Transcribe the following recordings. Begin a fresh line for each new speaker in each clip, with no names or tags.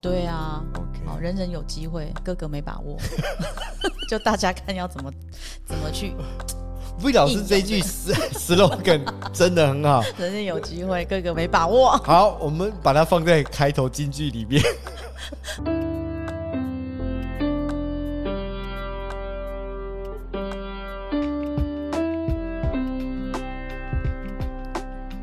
对啊，
OK，
好，人人有机会，个个没把 握， 就大家看要怎么怎么去，
魏老师这一句 slogan 真的很好。
人人有机会，个个没把握。
好，我们把它放在开头金句里面。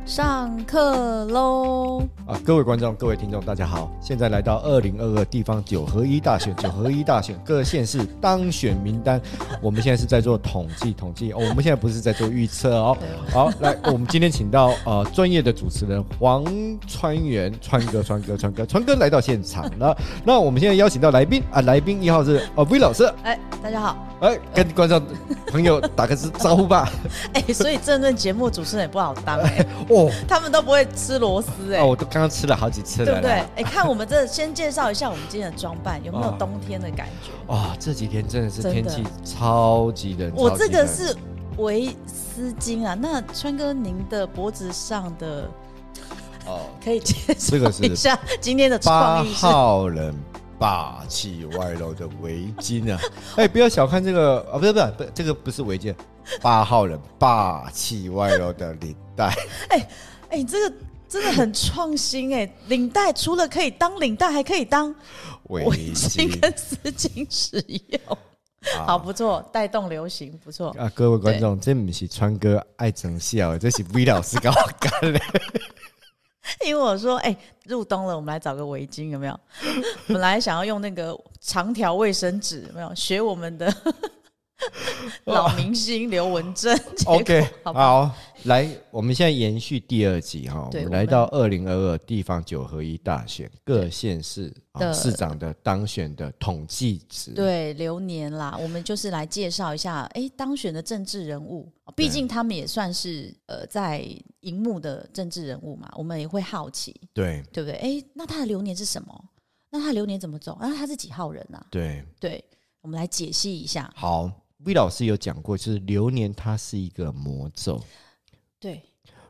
上课喽！
啊，各位观众、各位听众，大家好！现在来到二零二二地方九合一大选，九合一大选各县市当选名单，我们现在是在做统计，统计、哦，我们现在不是在做预测哦。好，来，我们今天请到呃专业的主持人黄川源，川哥，川哥，川哥，川哥来到现场了。那我们现在邀请到来宾啊，来宾一号是呃 V 老师，
哎、大家好！
哎、跟观众朋友打个招呼吧。
哎、所以这顿节目主持人也不好当 哎、
哦，
他们都不会吃螺丝哎、
哦，我都刚刚吃了好几次了
对
啦，
不对？哎、看我们这先介绍一下我们今天的装扮，有没有
哦
冬天的感觉？
哦，这几天真的是
真
天
的
气超级冷，
我
超级
这个
冷
是围丝巾啊，那川哥您的脖子上的
哦，
可以介绍
这个是
一下今天的
八
创意是？
号人霸气外露的围 巾啊！哎，不要小看这个啊，不是不是不是，这个不是围巾，八号人霸气外露的领带，
哎、你这个真的很创新哎、领带除了可以当领带，还可以当
围
围巾
巾
跟丝巾使用。
啊
好，不错，带动流行，不错。
啊！各位观众，这不是川哥爱整笑，这是 V 老师搞干的。
因为我说，哎、入冬了，我们来找个围巾，有没有？本来想要用那个长条卫生纸，有没有？学我们的 老明星刘文珍。结果
OK，
好吧
好，来，我们现在延续第二集哈，我
对
们
我
来
们
到二零二二地方九合一大选，各县市啊
的
市长的当选的统计值。
对，流年啦，我们就是来介绍一下，哎、当选的政治人物，哦毕竟他们也算是呃在荧幕的政治人物嘛，我们也会好奇，
对
对不对？哎、那他的流年是什么？那他的流年怎么走？那他是几号人啊？
对，
对，我们来解析一下。
好，V 老师有讲过，就是流年它是一个魔咒。
对，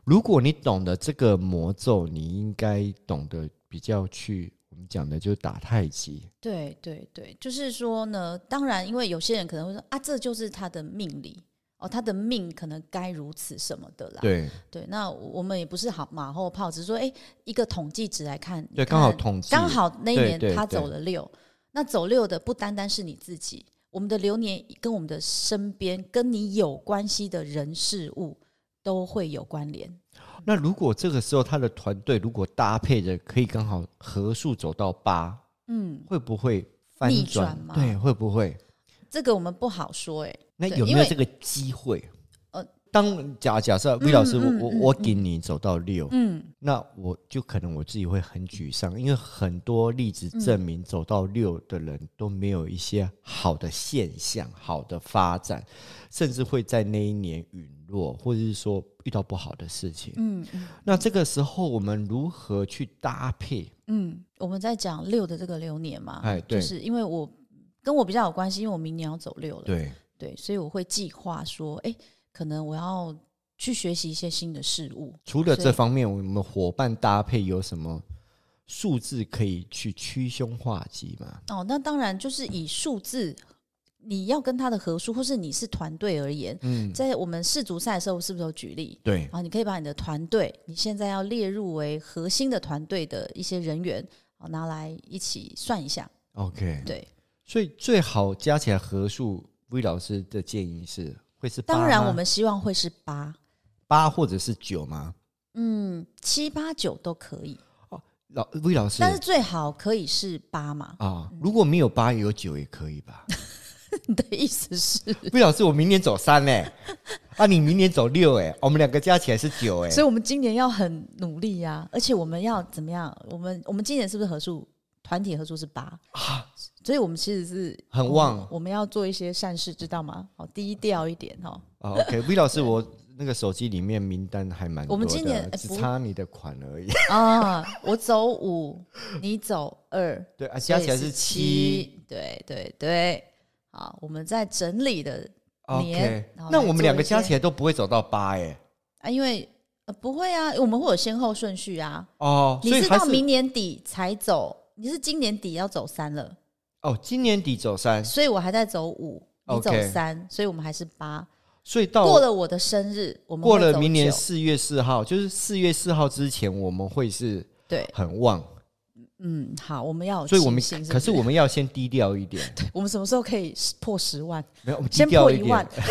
如果你懂得这个魔咒，你应该懂得比较去我们讲的就是打太极。
对，对，对，就是说呢，当然，因为有些人可能会说啊，这就是他的命理哦，他的命可能该如此什么的啦。
对
对，那我们也不是好马后炮，只是说，哎，一个统计值来看，你
对，刚好
看
统计
刚好那一
对对
年他
对
走了六，那走六的不单单是你自己，我们的流年跟我们的身边跟你有关系的人事物都会有关联。
那如果这个时候他的团队如果搭配着可以刚好合数走到八，
嗯，
会不会翻
逆
转
转？吗
对，会不会？
这个我们不好说、欸诶，
那
对
有没
因
有
为
这个机会？
呃
当假假设 V 老师，
嗯
我我
嗯
我给你走到六、
嗯，
那我就可能我自己会很沮丧，因为很多例子证明走到六的人都没有一些好的现象、好的发展，甚至会在那一年陨落，或者是说遇到不好的事情。
嗯嗯
那这个时候我们如何去搭配？
嗯，我们在讲六的这个流年嘛，
哎对
就是因为我跟我比较有关系，因为我明年要走六了，
对，
对所以我会计划说，哎，可能我要去学习一些新的事物，
除了
所以
这方面，我们伙伴搭配有什么数字可以去趋凶化吉吗？
哦，那当然就是以数字，你要跟他的合数，或是你是团队而言，
嗯，
在我们世足赛的时候，是不是有举例？
对
啊，你可以把你的团队，你现在要列入为核心的团队的一些人员，啊，拿来一起算一下。
，OK。
对，
所以最好加起来合数，V 老师的建议是会是八吗
当然我们希望会是八，
八或者是九吗？
嗯，七八九都可以，
老 V 老师。
但是最好可以是八嘛
啊，如果没有八有九也可以吧
你的意思是？
？V 老师，我明年走三嘞、 啊，你明年走六哎、我们两个加起来是九哎、
所以我们今年要很努力呀、而且我们要怎么样？我们我们今年是不是合数团体合数是八啊？所以我们其实是
很旺
我们要做一些善事，知道吗？好，低调一点哦。
啊，OK，V 老师，我那个手机里面名单还蛮多
我
的，
们今年哎
只
不
差你的款而已。
啊，我走五，你走二，
对啊，加起来是七。。
对对对，好，我们在整理的
OK，
年然后来
那我们
做
两个
一
加
些
起来都不会走到八哎、
啊，因为、呃、不会啊，我们会有先后顺序啊。
哦，
你
所以
是
还
到明年底才走，你是今年底要走三了，
哦，今年底走山，
所以我还在走五，你走
OK
三，所以我们还是八。
所以到
过了我的生日，我们
过
会
了
走
明年
九
四月四号，就是四月四号之前，我们会是
对，
很旺，
嗯，好，我们要有
所以我们
信心
可是
是
我们要先低调一点，
不是我们什么时候可以破十万？
没有，我们低
先破
调一
一万
点。，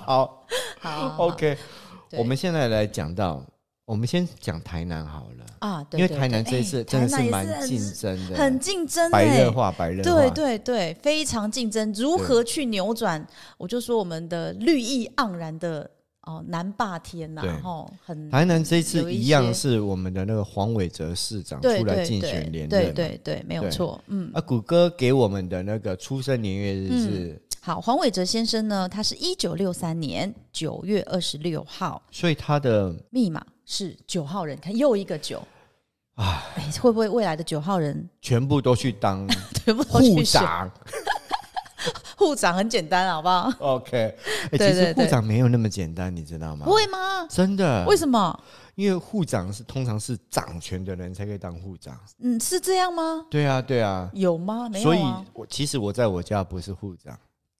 好
好好好
，OK，
对
我们现在来讲到，我们先讲台南好了，
啊，对
因为
对
台南
对
这一
哎台
次真的
南也
蛮
很
竞争的，
很竞争
白
哎
热化，白热化
对，对对，非常竞争，如何去扭转？我就说我们的绿意盎然的哦南霸天呐、
对
啊，吼，很
台南这次
有一
一样
些
是我们的那个黄伟哲市长
对
出来
对
竞
对
选连任
对
嘛，
对对，没有
对
错，嗯，
啊，谷歌给我们的那个出生年月日是，
好，黄伟哲先生呢，他是一九六三年九月二十六号，
所以他的
密码是九号人，看又一个九。哎，会不会未来的九号人
全部都去当
全部 都
护
去选
长。
护长？很简单，好不好？
OK，
对
哎、其实
对
护
对
长没有那么简单，你知道吗？
会吗？
真的，
为什么？
因为护长是通常是掌权的人才可以当护长。
嗯，是这样吗？
对啊，对啊。
有吗？没有
所以
啊。
我其实我在我家不是护长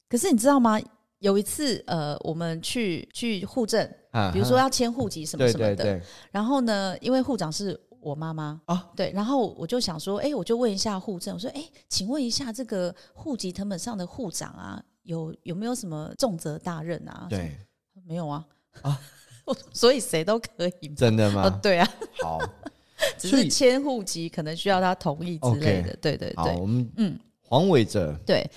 可是你知道吗？有一次，呃，我们去去户政，
啊，
比如说
哈
要迁户籍什么
对
什么的，
对对，
然后呢，因为户长是我妈妈
啊
对，然后我就想说，哎，我就问一下户政，我说，哎，请问一下这个户籍成本上的户长啊，有有没有什么重责大任啊？，
对，
没有啊
啊
啊， 我说所以谁都可以吗。
真的
哦，
吗？
对啊，
好，
只
所
是
以
迁户籍可能需要他同意之类的对对
好，
对
我们
嗯
黄伟哲
对。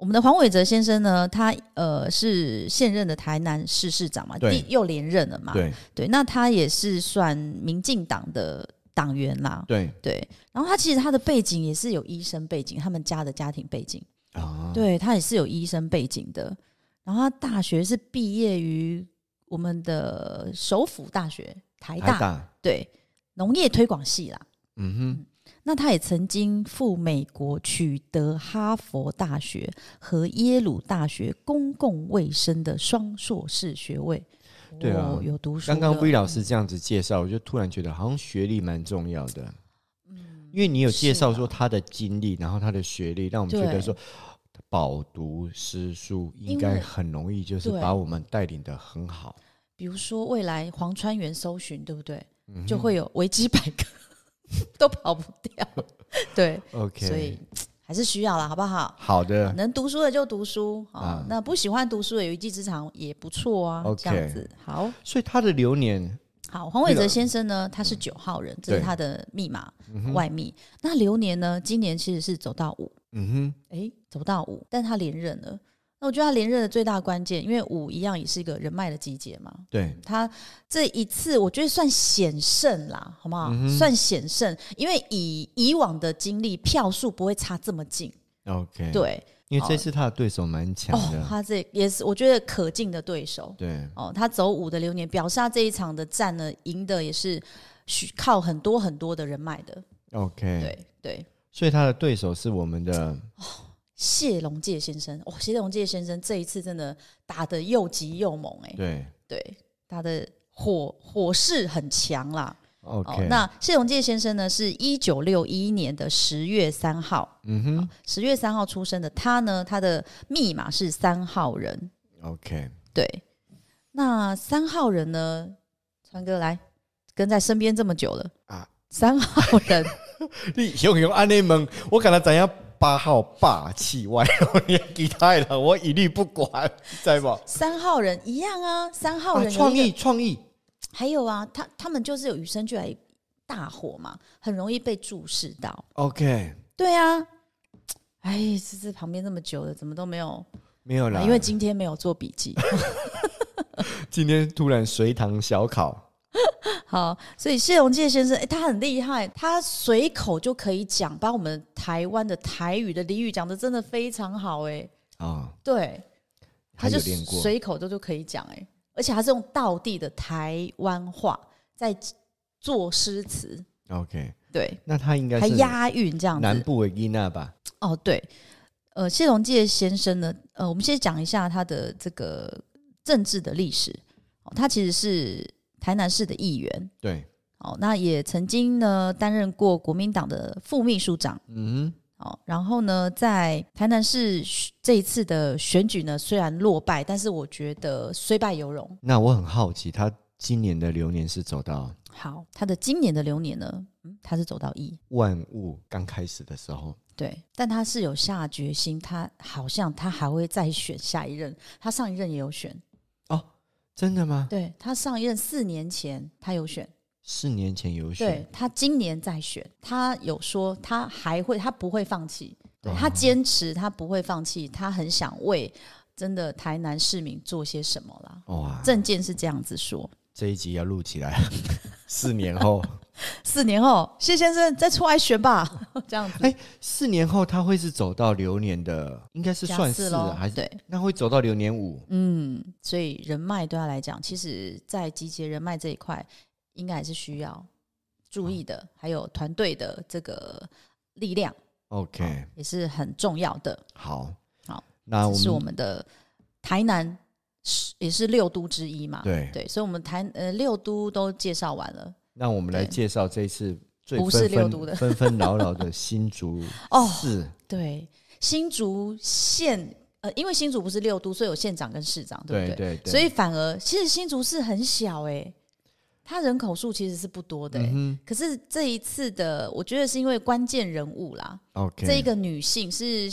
我们的黄伟哲先生呢，他呃是现任的台南市市长嘛，
对
第又连任了嘛，
对
对，那他也是算民进党的党员啦，
对
对，然后他其实他的背景也是有医生背景，他们家的家庭背景，
啊，
对他也是有医生背景的。然后他大学是毕业于我们的首府大学台大，
台大，
对农业推广系啦。
嗯哼。
那他也曾经赴美国取得哈佛大学和耶鲁大学公共卫生的双硕士学位。
对啊
哦、有读书的。
刚刚 V 老师这样子介绍，我就突然觉得好像学历蛮重要的。因为你有介绍
嗯是啊
说他的经历，然后他的学历，让我们觉得
对
说饱读诗书应该很容易，就是
因为对
把我们带领的很好。
比如说未来黄川源搜寻，对不对？
嗯
就会有维基百科， 都跑不 掉。对
OK，
所以还是需要啦，好不好？
好的，
能读书的就读书啊、
啊
那不喜欢读书的有一技之长也不错啊
OK
这样子。好
所以他的流年
好，黄伟哲先生呢，他是九号人，这是
对嗯
他的密码、外密。那流年呢，今年其实是走到五，
嗯
诶，走到五，但他连任了。那我觉得他连任的最大关键，因为五一样也是一个人脉的集结嘛，
哼，对，
他这一次我觉得算险胜啦，好不好？
嗯
算险胜，因为以以往的经历，票数不会差这么近。
OK，，
对，
因为这次他的对手蛮强
哦，
的，
他这也是我觉得可敬的对手。
对，
哦，他走五的流年，表示他这一场的战呢，赢的也是需靠很多很多的人脉的。
OK，
对对，
所以他的对手是我们的
谢龙介先生，哦，谢龙介先生这一次真的打得又急又猛、哎，
对
对，他的火火势很强啦。哦，
OK，
那谢荣介先生呢，是一九六一年的十月三号，
嗯哼
十月三号出生的。他呢，他的密码是三号人。
OK，
对，那三号人呢，川哥来跟在身边这么久了
啊
啊，三号人
你用用安内门，我感觉怎样八号霸气外 露，你其他的人我一律不管，在不？
三号人一样啊，三号
啊，
人有一个
创意创意，
还有啊，他他们就是有与生俱来大火嘛，很容易被注视到。
OK，
对啊，哎，这这旁边这么久了，怎么都没有？
没有啦，
啊因为今天没有做笔记。
今天突然随堂小考，
好，所以谢荣介先生、诶他很厉害，他随口就可以讲，把我们台湾的台语的俚语讲的真的非常好、诶
啊、
对，他
他有
就
练过，
随口就就可以讲，诶而且他是用道地的台湾话在做诗词，
OK，
对，
那他应该
还
是
押韵这样
南
子。
部的伊娜吧？
哦，对，呃，谢荣介先生呢，呃，我们先讲一下他的这个政治的历史，哦，他其实是台南市的议员，
对，
哦，那也曾经呢担任过国民党的副秘书长。
嗯
哦，然后呢，在台南市选这一次的选举呢，虽然落败，但是我觉得虽败犹荣
哼。，那我很好奇，他今年的流年是走到
好，他的今年的流年呢，嗯，他是走到一，
万物刚开始的时候，
对，但他是有下决心，他好像他还会再选下一任，他上一任也有选，
真的吗？
对他上一任四年前他有选，
四年前有选
对，他今年再选，他有说他还会，他不会放弃，对
哦
他坚持，他不会放弃，他很想为真的台南市民做些什么啦。
哇，
证件是这样子说：
这一集要录起来， 四年后，
四年后，谢先生再出来选吧， 这样子。
哎四年后他会是走到流年的，应该是
加
算
四
是
咯
啊还是
对，
那会走到流年五？
嗯，所以人脉对他来讲，其实在集结人脉这一块，应该还是需要注意
嗯
的，还有团队的这个力量
OK，、
也是很重要的。
好，
好，
那啊我
这
们
是我们的台南是也是六都之一嘛，
对
对，所以我们台呃六都都介绍完了
那我们来
对
介绍这一次最
不
纷
是
纷
六都的
纷纷扰 扰的新竹
哦
市，
对，新竹县呃，因为新竹不是六都，所以有县长跟市长，对不
对对
所以反而其实新竹市很小哎、它人口数其实是不多的、欸
嗯
可是这一次的，我觉得是因为关键人物啦，
哼，OK，
这一个女性是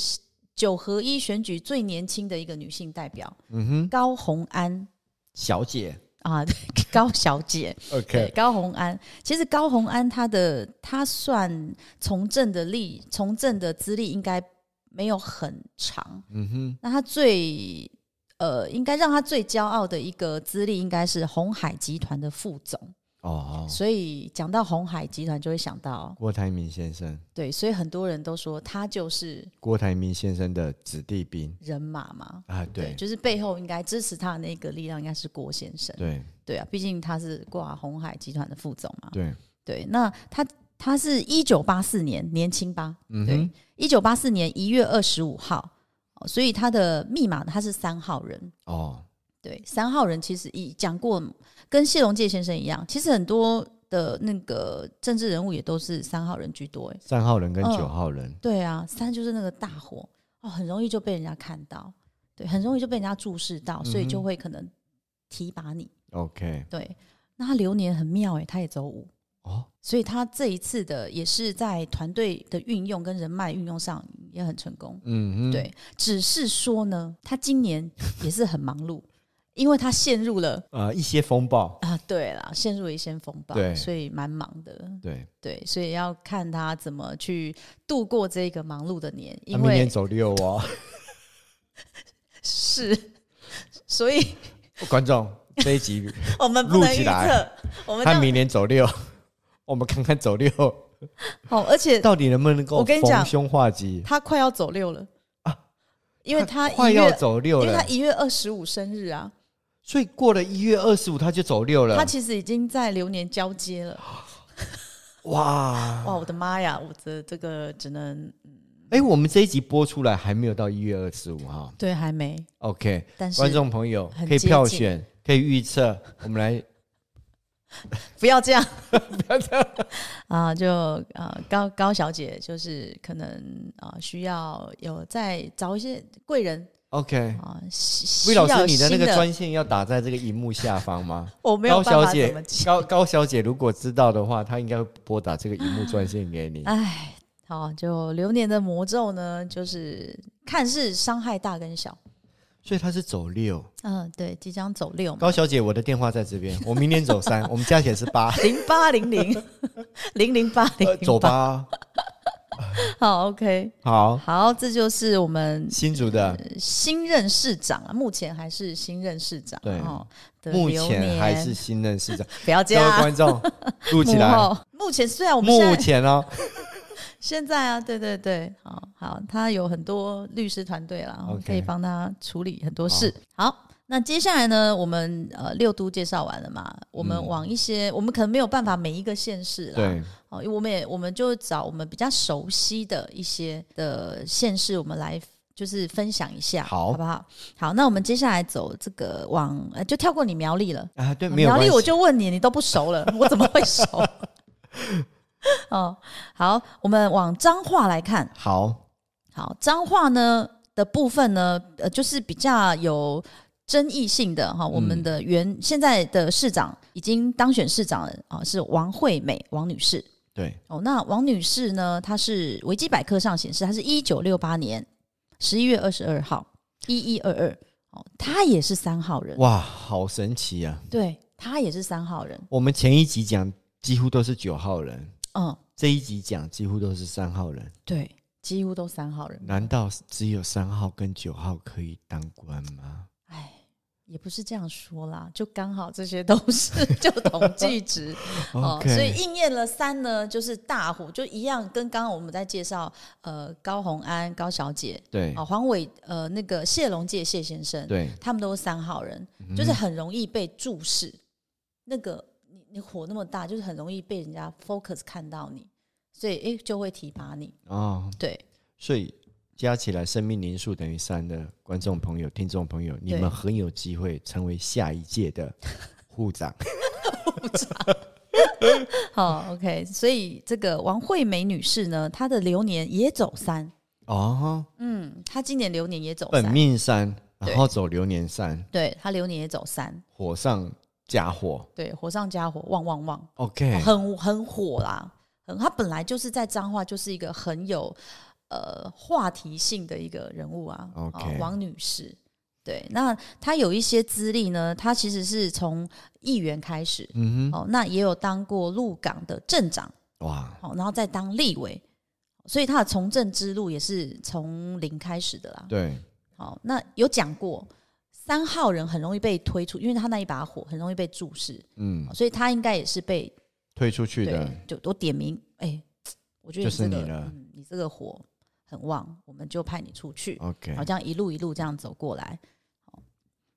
九合一选举最年轻的一个女性代表，
嗯哼，
高红安
小姐
啊， 对高小姐，对，
，OK，
高洪安，其实高洪安他的他算从政的历从政的资历应该没有很长，
嗯哼，
那他最呃应该让他最骄傲的一个资历应该是红海集团的副总，
哦，
所以讲到红海集团就会想到
郭台铭先生，
对，所以很多人都说他就是
郭台铭先生的子弟兵
人马嘛，
啊，对
就是背后应该支持他的那个力量应该是郭先生，
对
对啊，毕竟他是挂红海集团的副总嘛，
对，
对，那他他是一九八四年年轻吧？
嗯
对
哼，
一九八四年一月二十五号，哦所以他的密码他是三号人。
哦，
对，三号人其实已讲过，跟谢龙介先生一样，其实很多的那个政治人物也都是三号人居多。哎，
三号人跟
嗯
九号人，
对啊，三就是那个大火哦，很容易就被人家看到，对，很容易就被人家注视到，所以
嗯
就
哼
会可能提拔你。
OK，
对，那他流年很妙哎、他也走五。
哦，
所以他这一次的也是在团队的运用跟人脉运用上也很成功。
嗯哼，
对，只是说呢，他今 年也是很忙碌，因为他陷入了
呃，一些风暴，
啊，对啦，陷入了一些风暴，
对
所以蛮忙的。
对，
对，所以要看他怎么去度过这个忙碌的年，
他
因
啊明
为
年走六 哦，
是， 所以
观众这一集
我们不能
录起
预
来
测，我们这
他
样
明年走六， 我们看看走六
哦，而且
到底能不能够
我跟你讲
逢凶化吉，
他快要走六了
啊，
因为他
快
一
要
月，
走
因
六
为他
了，
一月二十五生日啊，
所以过了一月二十五他就走六
他
了，啊
其实已经在流年交接了。
哇！
哇，我的妈呀！我的这个只能
哎，我们这一集播出来还没有到一月二十五哈
对还没，
，OK，
但是
观众朋友
很
可以
接
票
近
选，可以预测，我们来
不要这 样，不要这样啊！就呃，高高小姐就是可能啊、呃需要有再找一些贵人
OK。
啊、需需
V
要
老
有
师，你的那
新
个
的
专线要打在这个荧幕下 方吗？
我没有
高
办
小
法怎
姐
么记，
高高小姐如果知道的话，她应该会拨打这个荧幕专线给你。
哎。好，就流年的魔咒呢，就是看似伤害大跟小。
所以她是走六，
嗯，对，即将走六嘛，
高小姐，我的电话在这边，我明年 走三，我们加起来是八，
零八零 零零零八
呃
零
走。吧。
好，OK。
好，
好，这就是我们
新竹的
新任市长啊，目前还是新任市长，
对
哦，的
目
流
前还
年
是新任市长，
不要这
各位
样，
观众录起
幕
来。
后目前虽然我们现
目
在
前哦
现在啊，对对对，好好，他有很多律师团队啦，
OK
可以帮他处理很多事。好。那接下来呢？我们呃六都介绍完了嘛？我们
嗯
往一些、我们可能没有办法每一个县市啦，
对，
哦，因为我们也我们就找我们比较熟悉的一些的县市，我们来就是分享一下，
好
不好？好，那我们接下来走这个往，呃就跳过你苗栗了。
啊，对，没有
哦苗
关系。
栗我就问你，你都不熟了， 我怎么会熟？哦，好，我们往彰化来看。
好，
好，彰化呢的部分呢，呃，就是比较有争议性的
嗯
哈。我们的原、现在的市长已经当选市长了啊，是王惠美王女士。
对，
哦，那王女士呢，她是维基百科上显示，她是一九六八年十一月二十二号，一一二二。哦，她也是三号人，
哇，好神奇啊！
对，她也是三号人。
我们前一集讲几乎都是九号人，
嗯，
这一集讲几乎都是三号人，
对，几乎都三号人。
难道只有三号跟九号可以当官吗？
哎，也不是这样说啦，就刚好这些都是就统计 值哦
OK
所以应验了三呢，就是大户，就一样跟刚刚我们在介绍呃高红安高小姐
对
哦黄伟呃那个谢龙介谢先生，
对，嗯
他们都是三号人，就是很容易被注视。那个你你火那么大，就是很容易被人家 focus 看到你，所以诶就会提拔你。
哦，
对，
所以加起来生命灵数等于三的观众朋友、听众朋友，你
对
们很有机会成为下一届的护长。
好，OK，所以这个王惠美女士呢，她的流年也走三。
哦，
嗯，他今年流年也走
本
三，
命三，
对
然后走流年三，
对他流年也走三，
火上加火。
对，火上加火，旺旺旺，
OK，
很很火啦，很他本来就是在彰化就是一个很有呃话题性的一个人物啊
OK
哦王女士。对，那她有一些资历呢，她其实是从议员开始，
嗯
哦，那也有当过鹿港的镇长，
哼，哇，
哦，然后再当立委，所以她的从政之路也是从零开始的啦。
对，
好，那有讲过，三号人很容易被推出，因为他那一把火很容易被注视，
嗯，
所以他应该也是被
退出去的，
就我点名，哎、我觉得
就是
你这个
你了
嗯，你这个火很旺，我们就派你出去，
OK，
好，这样一路一路这样走过来。好，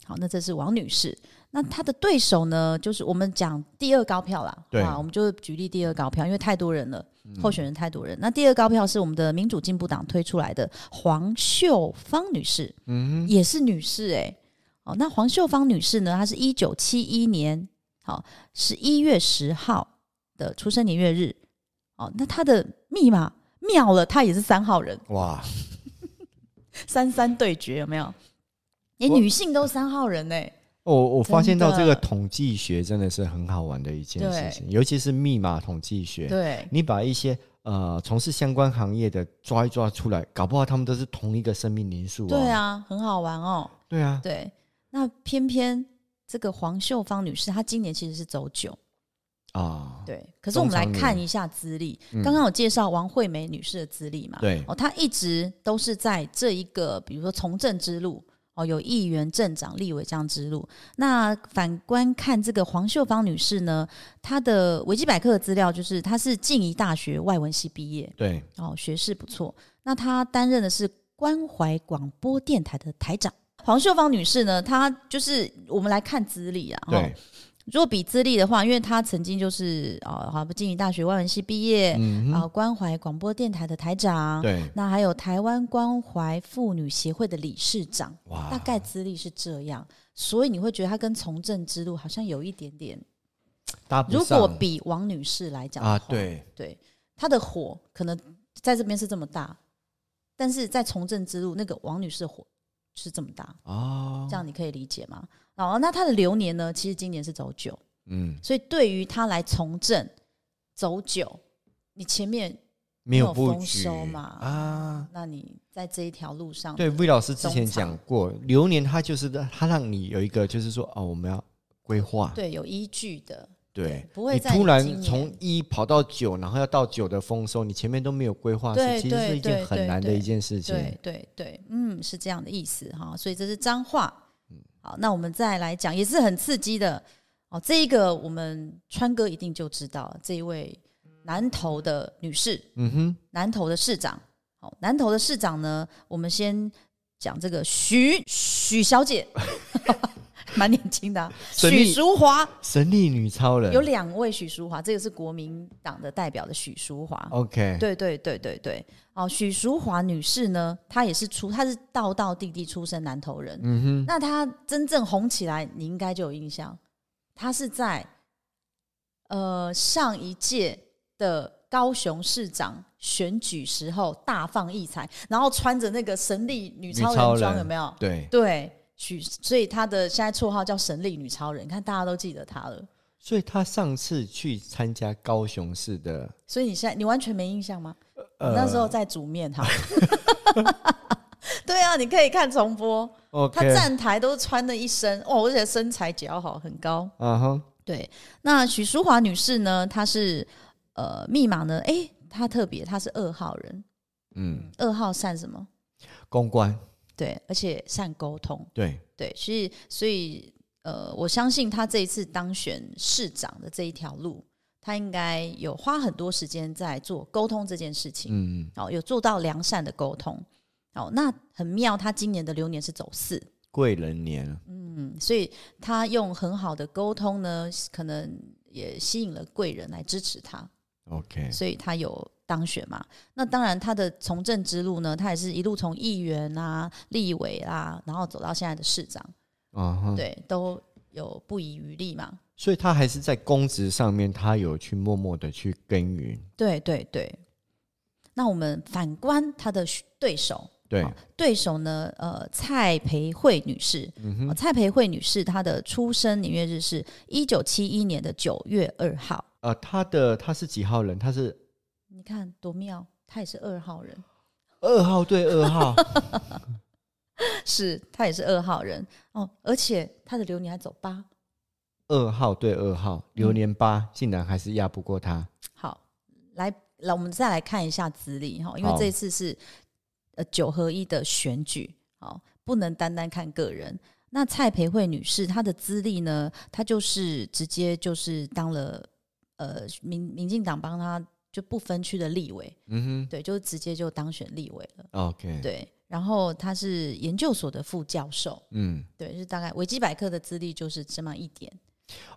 好，那这是王女士，那她的对手呢，就是我们讲第二高票啦，
对嗯
啊，我们就举例第二高票，因为太多人了，候选人太多人。那第二高票是我们的民主进步党推出来的黄秀芳女士，
嗯
也是女士哎、哦，那黄秀芳女士呢？她是一九七一年，好十一月十号的出生年月日。哦，那她的密码妙了，她也是三号人，
哼，哇，
三三对决有没有？连
我
女性都三号人呢、
我我发现到这
真
个
的
统计学真的是很好玩的一件
对
事情，尤其是密码统计学，
对啊
你把一些呃从事相关行业的抓一抓出来，搞不好他们都是同一个生命灵数、哦。
对，啊，很好玩哦。
对啊，
对，那偏偏这个黄秀芳女士，她今年其实是走九，
啊，
对，可是我们来
中常
看
年
一下资历。
嗯
刚刚有介绍王惠美女士的资历嘛？
对
哦，她一直都是在这一个，比如说从政之路，哦，有议员、镇长、立委这样之路。那反观看这个黄秀芳女士呢，她的维基百科的资料就是她是静宜大学外文系毕业，
对，
哦，学识不错。那她担任的是关怀广播电台的台长。黄秀芳女士呢，她就是我们来看资历啊，哦
对，
如果比资历的话，因为他曾经就是呃，好不静宜大学外文系毕业，啊、
嗯哼，
关怀广播电台的台长，
对，
那还有台湾关怀妇女协会的理事长，
哇，
大概资历是这样，所以你会觉得他跟从政之路好像有一点点。
搭不
如
上
果比王女士来讲的
啊，
话
对，
对，她的火可能在这边是这么大，但是在从政之路，那个王女士的火是这么大，
哦
这，样你可以理解吗？哦，那她的流年呢？其实今年是走九。
嗯，
所以对于他来从政走久，你前面
没有
没有
布
丰
局
收嘛
啊。
那你在这一条路上，
对，魏老师之
中
前
场
讲过，流年它就是它让你有一个，就是说哦，我们要规划，
对有依据的，
对，
不会
你
在
突
今
然
年
从一跑到九，然后要到九的丰收，你前面都没有规划，
对
是其实
对
是一
对
件很
对
难的
对
一件事情。
对对对，嗯，是这样的意思哈。所以这是脏话。
嗯
好，那我们再来讲，也是很刺激的哦。这一个我们川哥一定就知道，这一位南投的女士，
嗯哼，
南投的市长。好，南投的市长呢，我们先讲这个徐徐小姐， 蛮年轻的啊、
神力
许淑华
神力女超人
有两位许淑华，这个是国民党的代表的许淑
哦
华。
，OK，
对对对对对，哦，许淑华女士呢，她也是出，她是道道地地出身南投人。
嗯哼，
那她真正红起来，你应该就有印象，她是在呃上一届的高雄市长选举时候大放异彩，然后穿着那个神力女超
超
人装，
人
有没有？
对，
对，许，所以她的现在绰号叫神力女超人，你看大家都记得她了。
所以她上次去参加高雄市的，
所以你现在你完全没印象吗？
呃
我那时候在煮面哈。 对啊，你可以看重播，他
OK，
站台都穿了一身哦，而且身材姣好，很高。
嗯哼，
对，那许淑华女士呢？她是呃，密码呢？诶，她特别，她是二号人，
嗯，
二号善什么？
公关，
对，而且善沟通。
对，
对，所以所以呃，我相信他这一次当选市长的这一条路，他应该有花很多时间在做沟通这件事情，
嗯，
哦，有做到良善的沟通。哦，那很妙，他今年的流年是走四，
贵人年，
嗯，所以他用很好的沟通呢，可能也吸引了贵人来支持他。
OK，
所以他有当选嘛。那当然，他的从政之路呢，他也是一路从议员啊、立委啊，然后走到现在的市长，
嗯哼，
对，都有不遗余力嘛。
所以她还是在公职上面，她有去默默的去耕耘，
对对对。那我们反观他的对手，
对，
对手呢？呃，蔡培慧女士，
嗯
呃蔡培慧女士她的出生年月日是一九七一年的九月二号。
呃，她的她是几号人？她是
你看多妙，她也是二号人。
二号对二号，
是他也是二号人哦，而且他的流年还走八。
二号对二
嗯
号，流年八竟然还是压不过她。
好，来来，我们再来看一下资历哈，因为
好
这一次是呃九合一的选举，好，不能单单看个人。那蔡培慧女士她的资历呢，她就是直接就是当了呃民民进党帮她就不分区的立委，
嗯
对，就直接就当选立委了，
哼，OK，，
对。然后她是研究所的副教授，
嗯，
对，就是大概维基百科的资历就是这么一点。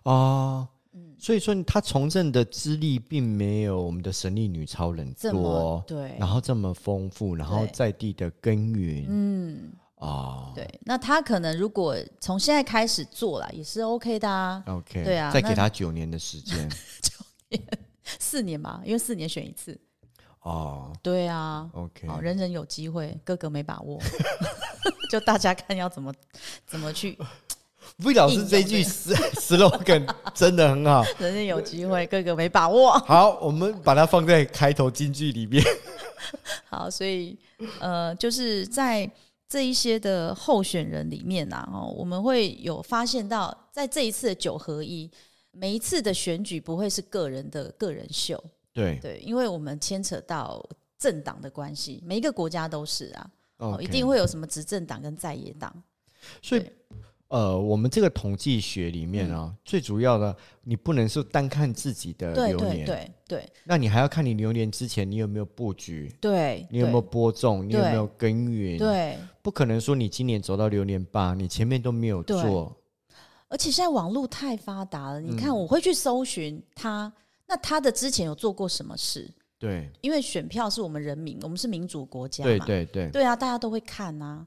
哦，
嗯
所以说她从政的资历并没有我们的神力女超人
这么
多，
对
然，后这么丰富，然后
对
在地的耕耘
嗯，
哦
对。那他可能如果从现在开始做了，也是 OK 的啊，
，OK，
对啊
再给
那
她九年的 时间
四年嘛，因为四年选一次，
哦
对啊，
，OK，
好，人人有机会，哥哥没把握， 就大家看要怎么怎么去，
魏老师这一句 slogan 真的很好。
人人有机会，哥哥没把握，
好，我们把它放在开头金句里面。
好，所以呃，就是在。这一些的候选人里面呐、啊，哦，我们会有发现到，在这一次的九合一，每一次的选举不会是个人的个人秀，
对
对，因为我们牵扯到政党的关系，每一个国家都是啊，哦，
，OK
一定。会有什么执政党跟在野党。
所以
对，
呃，我们这个统计学里面啊、最主要的，你不能是单看自己的
对
呃流
对
年，
对对
那你还要看你流年之前你有没有布局，
对，
你有没有播种，你有
对
没有耕耘。，
对？
不可能说你今年走到流年八，你前面都没有
对
做。
而且现在网络太发达了，你
嗯
看我会去搜寻他，那他的之前有做过什么事？
对
因为选票是我们人民，我们是民主国家
对
嘛，
对对，
对啊，大家都会看啊，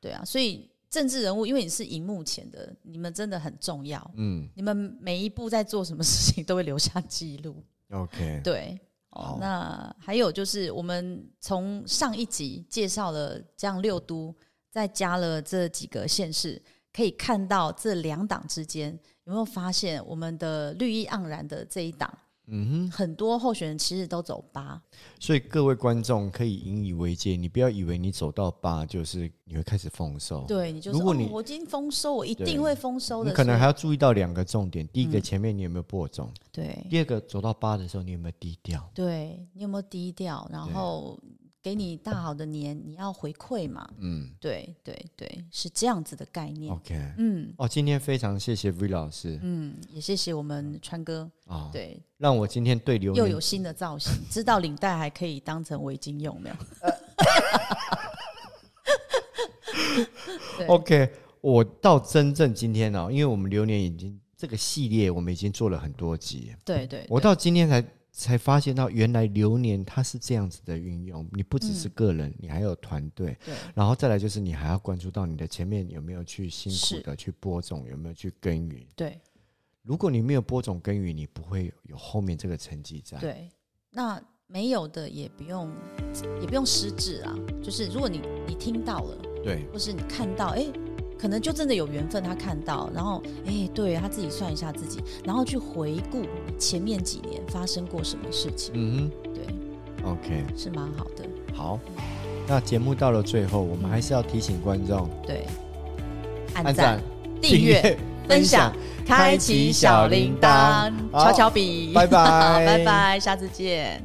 对啊，所以政治人物，因为你是荧幕前的，你们真的很重要，
嗯
你们每一步在做什么事情都会留下记录。
，OK，
对，
好
哦，那还有就是，我们从上一集介绍了这样六都，再加了这几个县市，可以看到这两党之间有没有发现我们的绿意盎然的这一党，
嗯
很多候选人其实都走八，
哼，所以各位观众可以引以为戒，你不要以为你走到八就是你会开始丰收。
对你就是
如果
哦
你，
我已经丰收，我一
对
定会丰收
你
的，
可能
所
还
以
要注意到两个重点：第一
嗯
个，前面你有没有播种；
对
第二个，走到八的时候你有没有低调。
对，你有没有低调？然
对
后给你大好的年，你要回馈嘛？
嗯
对对对，是这样子的概念。
，OK。
嗯，
哦，今天非常谢谢 V 老师
嗯，也谢谢我们川哥，
啊，
对，
让我今天对流
又
年
有新的造型，知道领带还可以当成围巾 用，没有？对
哦 OK。我到真正今天呢、因为我们流年已经这个系列我们已经做了很多集，
对对，
我
对
到今天才才发现到，原来流年它是这样子的运用，你不只是个人，你还有团队，
嗯对
然后再来就是你还要关注到你的前面有没有去辛
是
苦的去播种，有没有去耕耘。
对
如果你没有播种耕耘，你不会有后面这个成绩在。
对，那没有的也不用也不用失智啊，就是如果你你听到了，
对
或是你看到，哎、可能就真的有缘分，他看到，然后哎、对他自己算一下自己，然后去回顾前面几年发生过什么事情，
嗯
对，
哼，OK，
是蛮好的，
好。那节目到了最后，我们还是要提醒观众
对，按
按赞
赞、、订阅、、分享、
开
开
启
启
小
小
铃
铃
铛
铛，
好
敲敲笔，
拜拜
好拜拜，下次见。